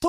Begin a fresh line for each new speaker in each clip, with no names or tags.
ト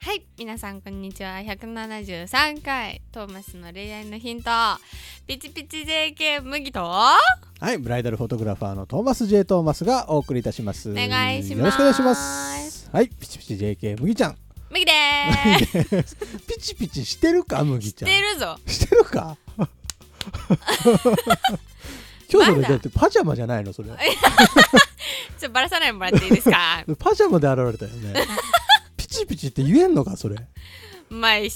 はい皆さんこんにちは173回トーマスの恋愛のヒントピチピチ JK 麦とお
はい、ブライダルフォトグラファーのトーマス J トーマスがお送りいたします。お
願いします
よろしくお願いします。はい、ピチピチ JK 麦ちゃん。
麦でーす
ピチピチしてるか麦ち
知っ
ゃ
て
ん。
るぞ
してるか。 今日そ
ま
れ
だ
だってパジャマじゃないのそれ。
ちょっとバラさないでもらっていいです か
パジャマで現れた よね。ピチピチって言えんのかそれ。
まあいい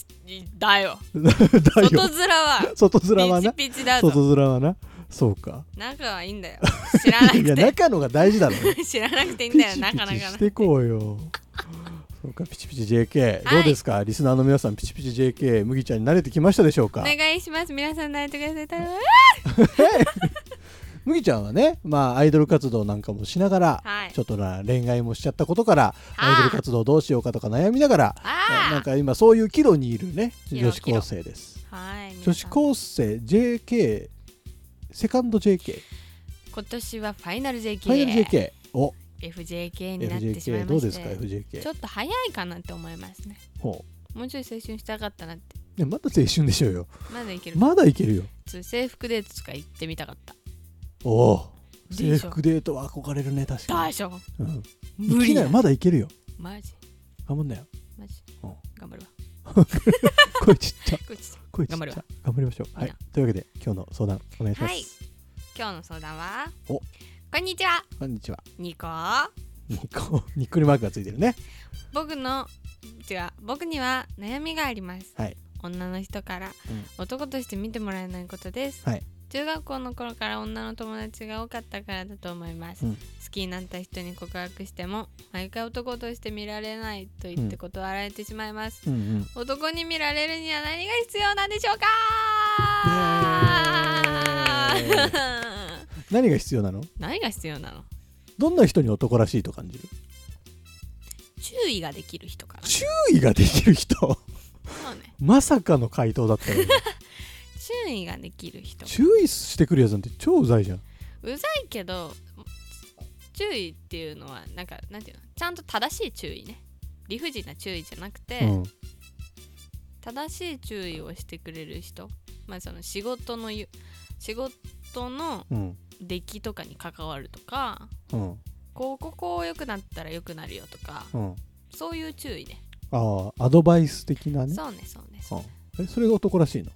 だよ
だ
外
よ。
面は
外面は
ピチ。
な
ピチだぞ
外面はな。そうか。
中はいいんだよ知らなく
いや
て
中のが大事だろ。
知らなくていいん
ピ
だよ
チ
なかな
ピ
か
チ
な
してこうよ。そうかピチピチ JK、
はい
どうですかリスナーの皆さんピチピチ JK 麦ちゃんに慣れてきましたでしょう
お
か、
願いします皆さん慣れてくださいたら
麦ちゃんはねまあアイドル活動なんかもしながら、
はい
ちょっとな恋愛もしちゃったことから
あー
アイドル活動どうしようかとか悩みながら
あー
なんか今そういう岐路にいるね
岐路
女子高生です
はい皆
女
さ
子
ん
高生 JK セカンド JK
今年はファイナル
ファイナル JK お
FJK になってしまい
FJK
ま
どう
し
ですか
て
FJK
ちょっと早いかなって思いますね
ほ
もうちょい青春したかったなって
ういやまだ青春でしょうよ
まだいける、
まだいけるよ
ちょっと制服デートとか行ってみたかった
おお
で
制
しょ
服デートは憧れるね確か
大
に、
丈夫
うん、
無
無
理
理
だ
だよまだいけるよ
マジ
頑張んなよ
マジ
うん
頑張るわ
声ちっちゃ
こっち
声ちっちゃ
頑張るわ
頑張りましょうはい
いい
というわけで今日の相談お願いします、
はい今日の相談は
お
こんにちは
こんにちは
ニコ
ニ コニックリマークがついてるね
僕の違う僕には悩みがあります、
はい
女の人から
うん
男として見てもらえないことです、
はい
中学校の頃から女の友達が多かったからだと思います、
うん
好きになった人に告白しても毎回男として見られないと言って断られてしまいます、
うんうん
男に見られるには何が必要なんでしょうか
イエ何が必要なの
何が必要なの
どんな人に男らしいと感じる
注意ができる人かな
注意ができる人
そうね
まさかの回答だった よね
注意ができる人
注意してくるやつなんて超うざいじゃん
うざいけど注意っていうのはなんかなんていうのちゃんと正しい注意ね理不尽な注意じゃなくて、
うん
正しい注意をしてくれる人まあその仕事のゆ仕事の
うん
出来とかに関わるとか
うん
こうここ良くなったら良くなるよとか
うん
そういう注意ね
ああアドバイス的なね
そうねそうねそうね
うんえそれが男らしいの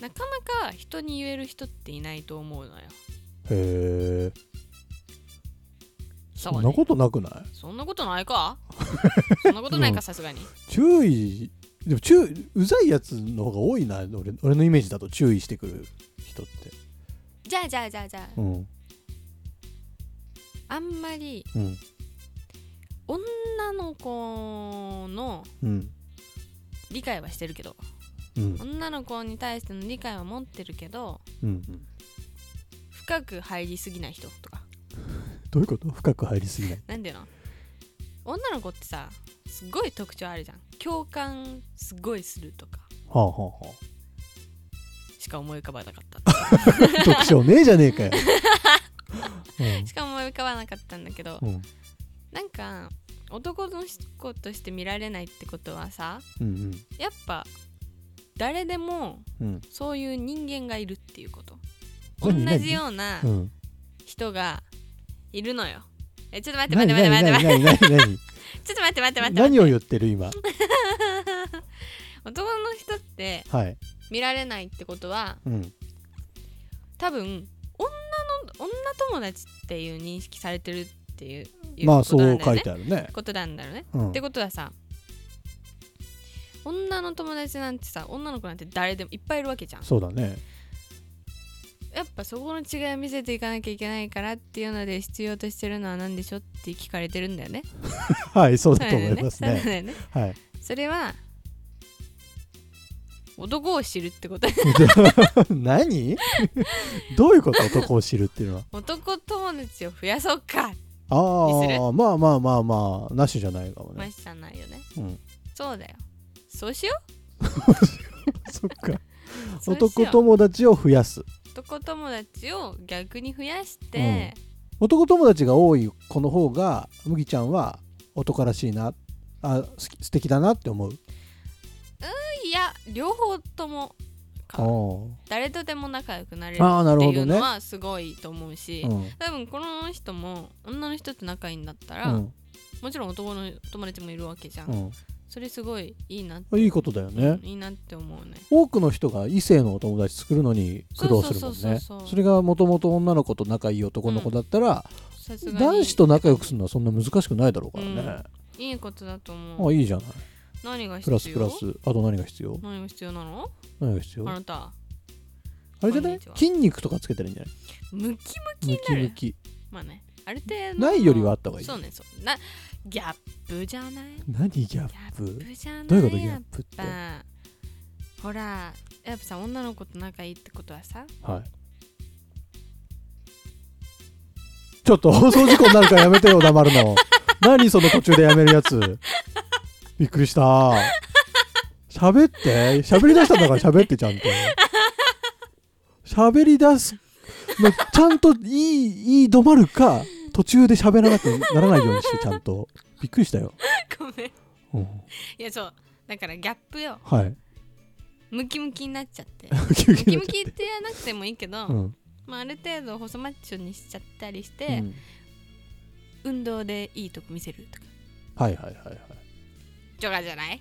なかなか人に言える人っていないと思うのよ
へえ
そ
そ
うん
な
ね
ことなくない
そんなことない かそんなことないかさすがに
注意でも注意うざいやつの方が多いな俺俺のイメージだと注意してくる人って
じゃあじゃあじゃあじゃあ
うん
あんまり
うん
女の子の
うん
理解はしてるけど
うん
女の子に対しての理解は持ってるけど
うん
深く入りすぎない人とか
どういうこと深く入りすぎない
なんていうの女の子ってさすごい特徴あるじゃん共感すごいするとか
はあはあは
しか思い浮かばなかった
あ特徴ねえじゃねえかよ、
しか思い浮かばなかったんだけど
うんうん
なんか男の子として見られないってことはさ
うん
やっぱ誰でも
うんうん
そういう人間がいるっていうこと同
何
じような
うん
人がいるのよ。えちょっと待って
何
待って待
何
って待って
何何何
ちょっと待って待って待って
何
待って
何を言ってる今
男の人って
はい
見られないってことは
うん
多分女の女友達っていう認識されてるっていういう
まあ
こと
そ
なん
う
だよ
書
ね
いてあるね
ことなんだろうね。
うん
ってことはさ女の友達なんてさ女の子なんて誰でもいっぱいいるわけじゃん
そうだね
やっぱそこの違いを見せていかなきゃいけないからっていうので必要としてるのは何でしょって聞かれてるんだよね
はいそうだと思います
そうだ
ね
よね
はい
それは男を知るってこと
何どういうこと男を知るっていうのは
男友達を増やそうかにす
ああまあまあまあまあなしじゃないかも
マ
ね、
シさんないよね
うん、
そうだよそうしよ
そっか
うそうしよう
男友達を増やす
男友達を逆に増やして、
男友達が多い子の方が麦ちゃんは男らしいなあ好き素敵だなって思う
いや両方ともか
あ
誰とでも仲良くなれる
あーな
っ
る
て
ほ
い
ど
う
ね
のはすごいと思うし、
うんうん
多分この人も女の人と仲いいんだったら、
うん
もちろん男の友達もいるわけじゃん、それすごいいいなって
あいいことだよね
いいなって思うね
多くの人が異性のお友達作るのに苦労するも
そ
ん
うそう
ね
そうそう
それがもともと女の子と仲いい男の子だったら、
さすがに
男子と仲良くするのはそんな難しくないだろうからね、
いいことだと
あ
思う
いいじゃない
何が必
プ
要
ラスプラスあと何が必要
何が必要なの
何が必
あ
要あ
なた
れじゃ
こ
な
ん
い
にちは
筋肉とかつけてるんじゃない
ムキム
ムキ
なる
ムキ
まあねある程度
ないよりはあった方がいい
そうねそうなギャップじゃないギ
何ギャッ
ャ
プ
ップじゃない
どういうことギャ
や
ッ
っ
プって
ぱほらやっぱさ女の子と仲いいってことはさ
はいちょっと放送事故になるからやめてよ黙るの 何その途中でやめるやつびっくりした喋って喋り出したんだから喋ってちゃんと喋り出すのちゃんといいいい止まるか途中で喋らなくならないようにしてちゃんとびっくりしたよ、
ごめんい
うん、
やそうだからギャップよ
はい
ムキムキになっちゃって
ムキム
ム キムキって言わなくてもいいけど、
うん
まあ、ある程度細マッチョにしちゃったりし
う
て、
ん、
運動でいいとこ見せるとか
はいはいはいはい
ジョガじゃ ない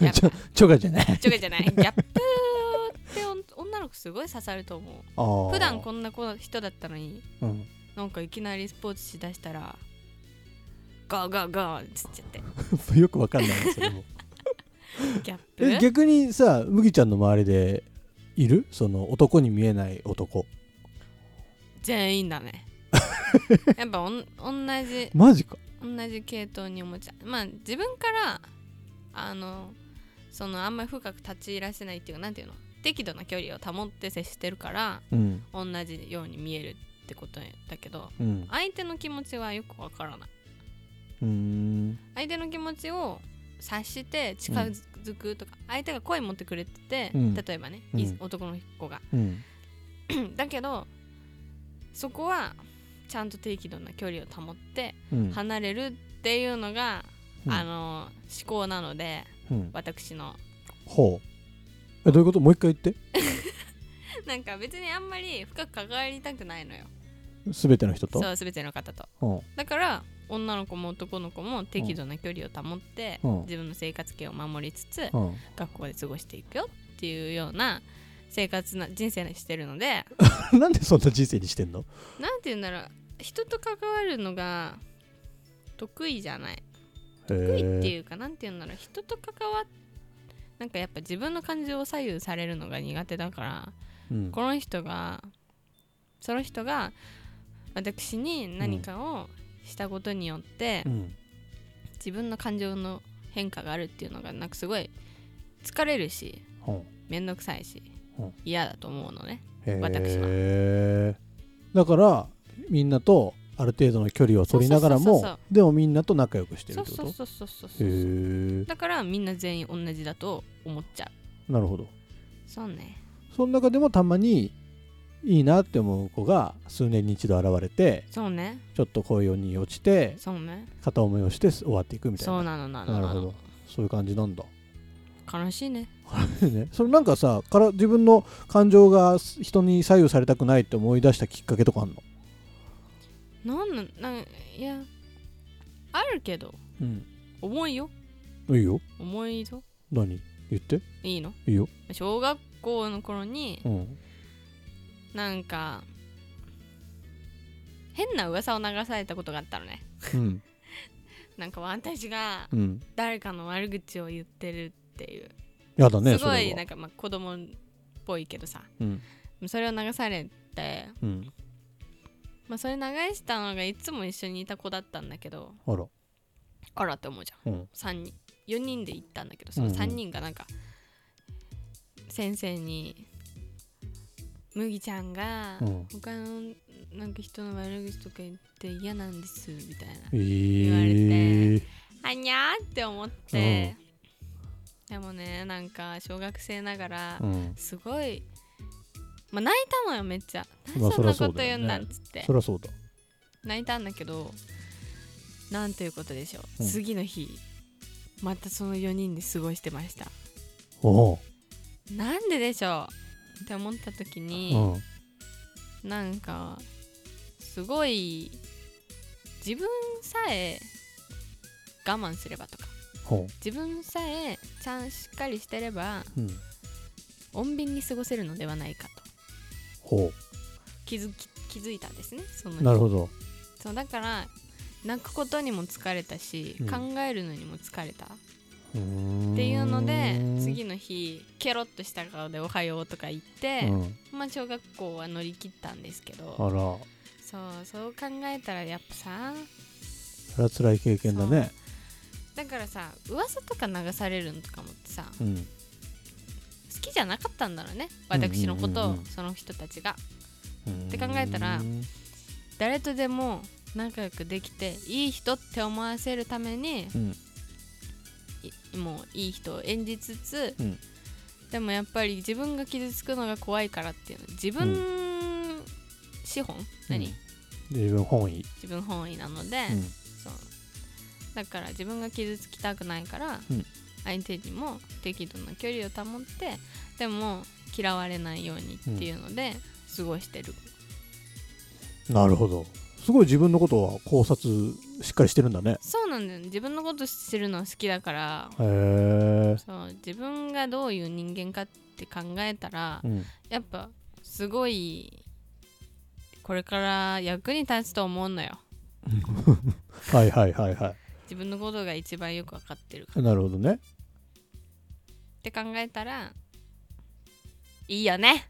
やっ
ちょ
ぱ
チョガじゃない
ジョガじゃないギャップっておん女の子すごい刺さると思う
ああ
普段こんな子人だったのに
うん
なんかいきなりスポーツしだしたらゴーゴーゴーっつっちゃって
よくわかんないなそ れも
ギャップ
え逆にさ麦ちゃんの周りでいるその男に見えない男
全員だ ねやっぱおん同じ
マジか
同じ系統に思っちゃうまあ自分からあのそのあんまり深く立ち入らせないっていうかなんていうの適度な距離を保って接してるから
うん
同じように見えるってことだけど
うん
相手の気持ちはよくわからないう
ーん
相手の気持ちを察して近づくとか、相手が声持ってくれてて、
うん
例えばね、
うん
い男の子が
うん
だけどそこはちゃんと適度な距離を保って
うん
離れるっていうのが、
うん
あの思考なので
うん
私の
ほうえどういうこともう一回言って
なんか別にあんまり深く関わりたくないのよ
全ての人と
そう全ての方と
うん
だから女の子も男の子も適度な距離を保って、
うん
自分の生活圏を守りつつ、
うん
学校で過ごしていくよっていうような生活な人生にしてるの で
なんでそんな人生にしてんの
なんて言うんだろう人と関わるのが得意じゃない
へ
得意って
え
いうかなんて言うんだろう人と関わっなんかやっぱ自分の感情を左右されるのが苦手だから
うん
この人がその人が私に何かをしたことによって、
うん
自分の感情の変化があるっていうのがなんかすごい疲れるし
ほう
めんどくさいし
うん
嫌だと思うのね
へ
私は
えだからみんなとある程度の距離を取りながら
そうそうそう
も
そ
でもみんなと仲良くしてる
そ
っ
う
て
そ
こ
うそうそうそう
と
そ
へ
う
え
だからみんな全員同じだと思っちゃう
なるほど
そうね
その中でもたまにいいなって思う子が数年に一度現れて
そうね
ちょっと紅葉に落ちて
そうね
片思いをして終わっていくみたい
そう
な
なのなの
な
な
る
の
ほどそういう感じなんだ、
悲しいね
ね、それなんかさから自分の感情が人に左右されたくないって思い出したきっかけとかあんの、
なんなんなんいやあるけど重いよ
うん、いいよ
重いぞ
何言って
いいの
いいよ、
小学校の頃に
うん、
なんか変な噂を流されたことがあったのね
うん
なんか私が
うん
誰かの悪口を言ってるっていう、
やだね
すごいなん
か
かまあ子供っぽいけどさ
うん
それを流されて
うん
まあ、それ流したのがいつも一緒にいた子だったんだけど
あら
あらって思うじゃん
うん
3人4人で行ったんだけど
う
そ
んう
の
ん
3人がなんか先生に「麦ちゃんが
うん
他のなんか人の悪口とか言って嫌なんです」みたいな
え
われて
ー、
「はにゃー」って思って、でもねなんか小学生ながら
うん、
すごい、まあ、泣いたのよめっちゃ「
ま
な
あ
んでそんな
そりゃそ
こ
う
と
だ
言
よ
う
ね
んだ」っつって、
そりゃそうだ
泣いたんだけどなんということでしょう、
うん
次の日またその4人で過ごしてました
おう、
なんででしょうって思った時
う
に、
ん、
なんかすごい自分さえ我慢すればとか
ほ
自分さえちゃんしっかりしてれば
う、うん、
穏便に過ごせるのではないかと
ほ
気づき気づいたんですねその
う
日
なるほど
そうだから泣くことにも疲れたし、
うん
考えるのにも疲れた
うーん
っていうので次の日ケロッとした顔で「おはよう」とか言って
う、ん、
まあ小学校は乗り切ったんですけ
あ
ど
ら
そうそう考えたらやっぱさ
それは辛い経験だね
だからさ噂とか流されるのとかもってさ
う、ん、
好きじゃなかったんだろうね私のことを、
うんうんうんうん
その人たちが
うん、
って考えたら誰とでも仲良くできていい人って思わせるために
うん
いもういい人を演じつつ、
うん
でもやっぱり自分が傷つくのが怖いからっていうの自分、資本何、
うん自分本位、
自分本位なので、
うん
そうだから自分が傷つきたくないから、
うん
相手にも適度な距離を保ってでも嫌われないようにっていうので過ごしてる、
なるほどすごい自分のことは考察しっかりしてるんだね
そうなんだよね自分のこと知るの好きだから
へえ、
そう自分がどういう人間かって考えたら
うん、
やっぱすごいこれから役に立つと思うのよ
はいはいはいは
自分のことが一番よく分かってるから
いなるほ どね
って考えたらいいよね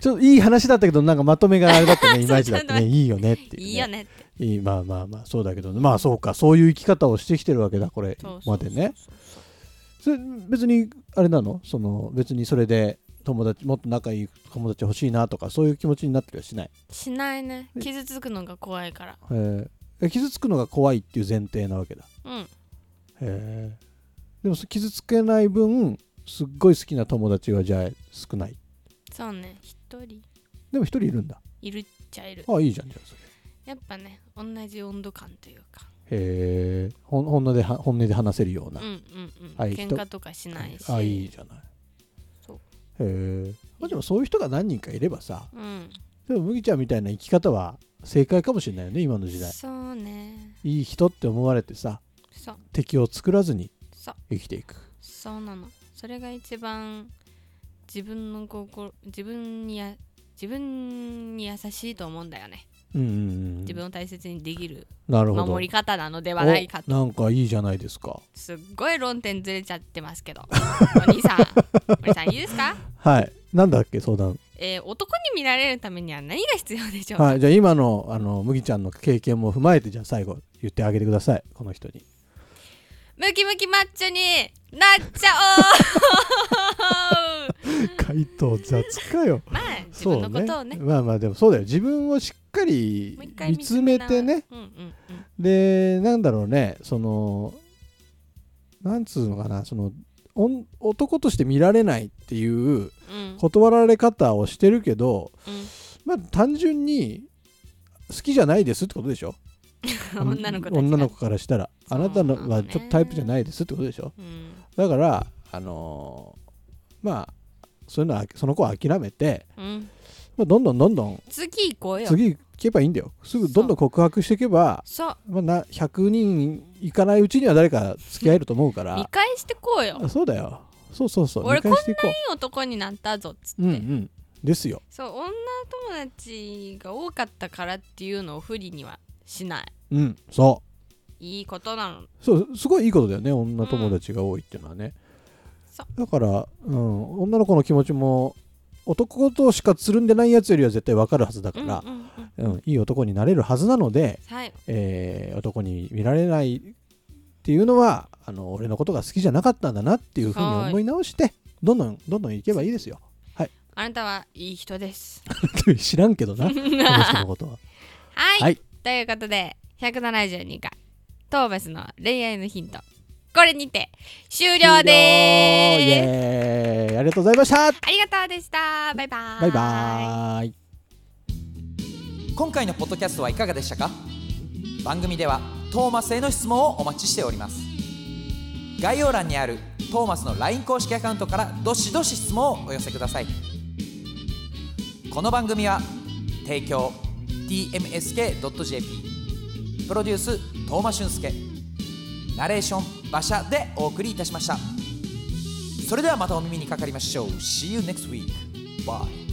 ちょっといい話だったけどなんかまとめがあれ だったねいまいちだったねいいよねっていう、ね、
いいよねって
いいまあまあまあそうだけどまあそうかそういう生き方をしてきてるわけだこれ
そうそ
ま
うそ
で
う
ね
そうそう
それ別にあれなのその別にそれで友達もっと仲いい友達欲しいなとかそういう気持ちになってるはしない、
しないね傷つくのが怖いから
へーえ傷つくのが怖いっていう前提なわけだ
うん
へえでもそ傷つけない分すっごい好きな友達はじゃあ少ない
そうね一人
でも一人いるんだ
いるっちゃいる
ああいいじゃんじゃあそれ
やっぱね同じ温度感というか
へえほん本音では本音で話せるよう
う、
なん
うんうん
はい
喧嘩とかしないし
あいいじゃない
そう
へえまあでもそういう人が何人かいればさ
うん
でも麦ちゃんみたいな生き方は正解かもしれないよね今の時代
そうね
いい人って思われてさ
そう
敵を作らずに
そう
生きていく
そうなのそれが一番自分の心自分にや自分に優しいと思うんだよね
うんうん
自
う
分
ん
を大切にできる
なるほど
守り方なのではないか
お
と
んかいいじゃないですか
すっごい論点ずれちゃってますけどお兄さんお兄さんいいですか、
はいなんだっけ相談
えー男に見られるためには何が必要でしょうか、
はいじゃあ今のあの麦ちゃんの経験も踏まえてじゃあ最後言ってあげてくださいこの人に
ムキムキマッチョになっちゃおう
回答雑かよ
まあ 自分のことをね
まあまあでもそうだよ自分をしっかり
もう一回
見つめてね
うんうんうん
でなんだろうねそのなんつうのかなそのおん男として見られないっていう
うん
断られ方をしてるけど、
う
まあ、単純に好きじゃないですってことでしょ
ん、女の子たちが
女の子からしたら
そ
あ
う
なたの
なの
は
ね
ちょっとタイプじゃないですってことでしょ
うん
だからあのーまあそういうのはその子は諦めて、
うん、
まあ、どんどんどんどん
次行こうよ
次行けばいいんだよすぐどんどん告白していけば
そう
まあ、な100人いかないうちには誰か付き合えると思うか
見
ら
返してこうよい
あそうだよそうそうそう
俺
見返していこ
い男になったぞっつって、
ううんうんですよ
そう女友達が多かったからっていうのを不利にはしな
うんそ
いいいことなの
うそうすごいいいことだよね女友達が多いっていうのはね、
そ
だから、うん、女の子の気持ちも男としかつるんでないやつよりは絶対わかるはずだ
う
か
んうん
ら、
うん
うんいい男になれるはずなので、
はい
えー男に見られないっっていうのはあの俺のことが好きじゃなかったんだなっていうふうに思い直してどんどんどんどんいけばいいですよ
あなたはいい人です。
知らんけどなこの人のことは
はい、
はい
ということで172回トーマスの恋愛のヒントこれにて終了
終了イ
です
エーイありがとうございました
ありがとうでしたバイバーイ
バイバーイ
今回のポッドキャストはいかがでしたか番組ではトーマスへの質問をお待ちしております概要欄にあるトーマスの LINE 公式アカウントからどしどし質問をお寄せくださいこの番組は提供 tmsk.jp プロデューストーマ俊介ナレーション馬車でお送りいたしましたそれではまたお耳にかかりましょう See you next week Bye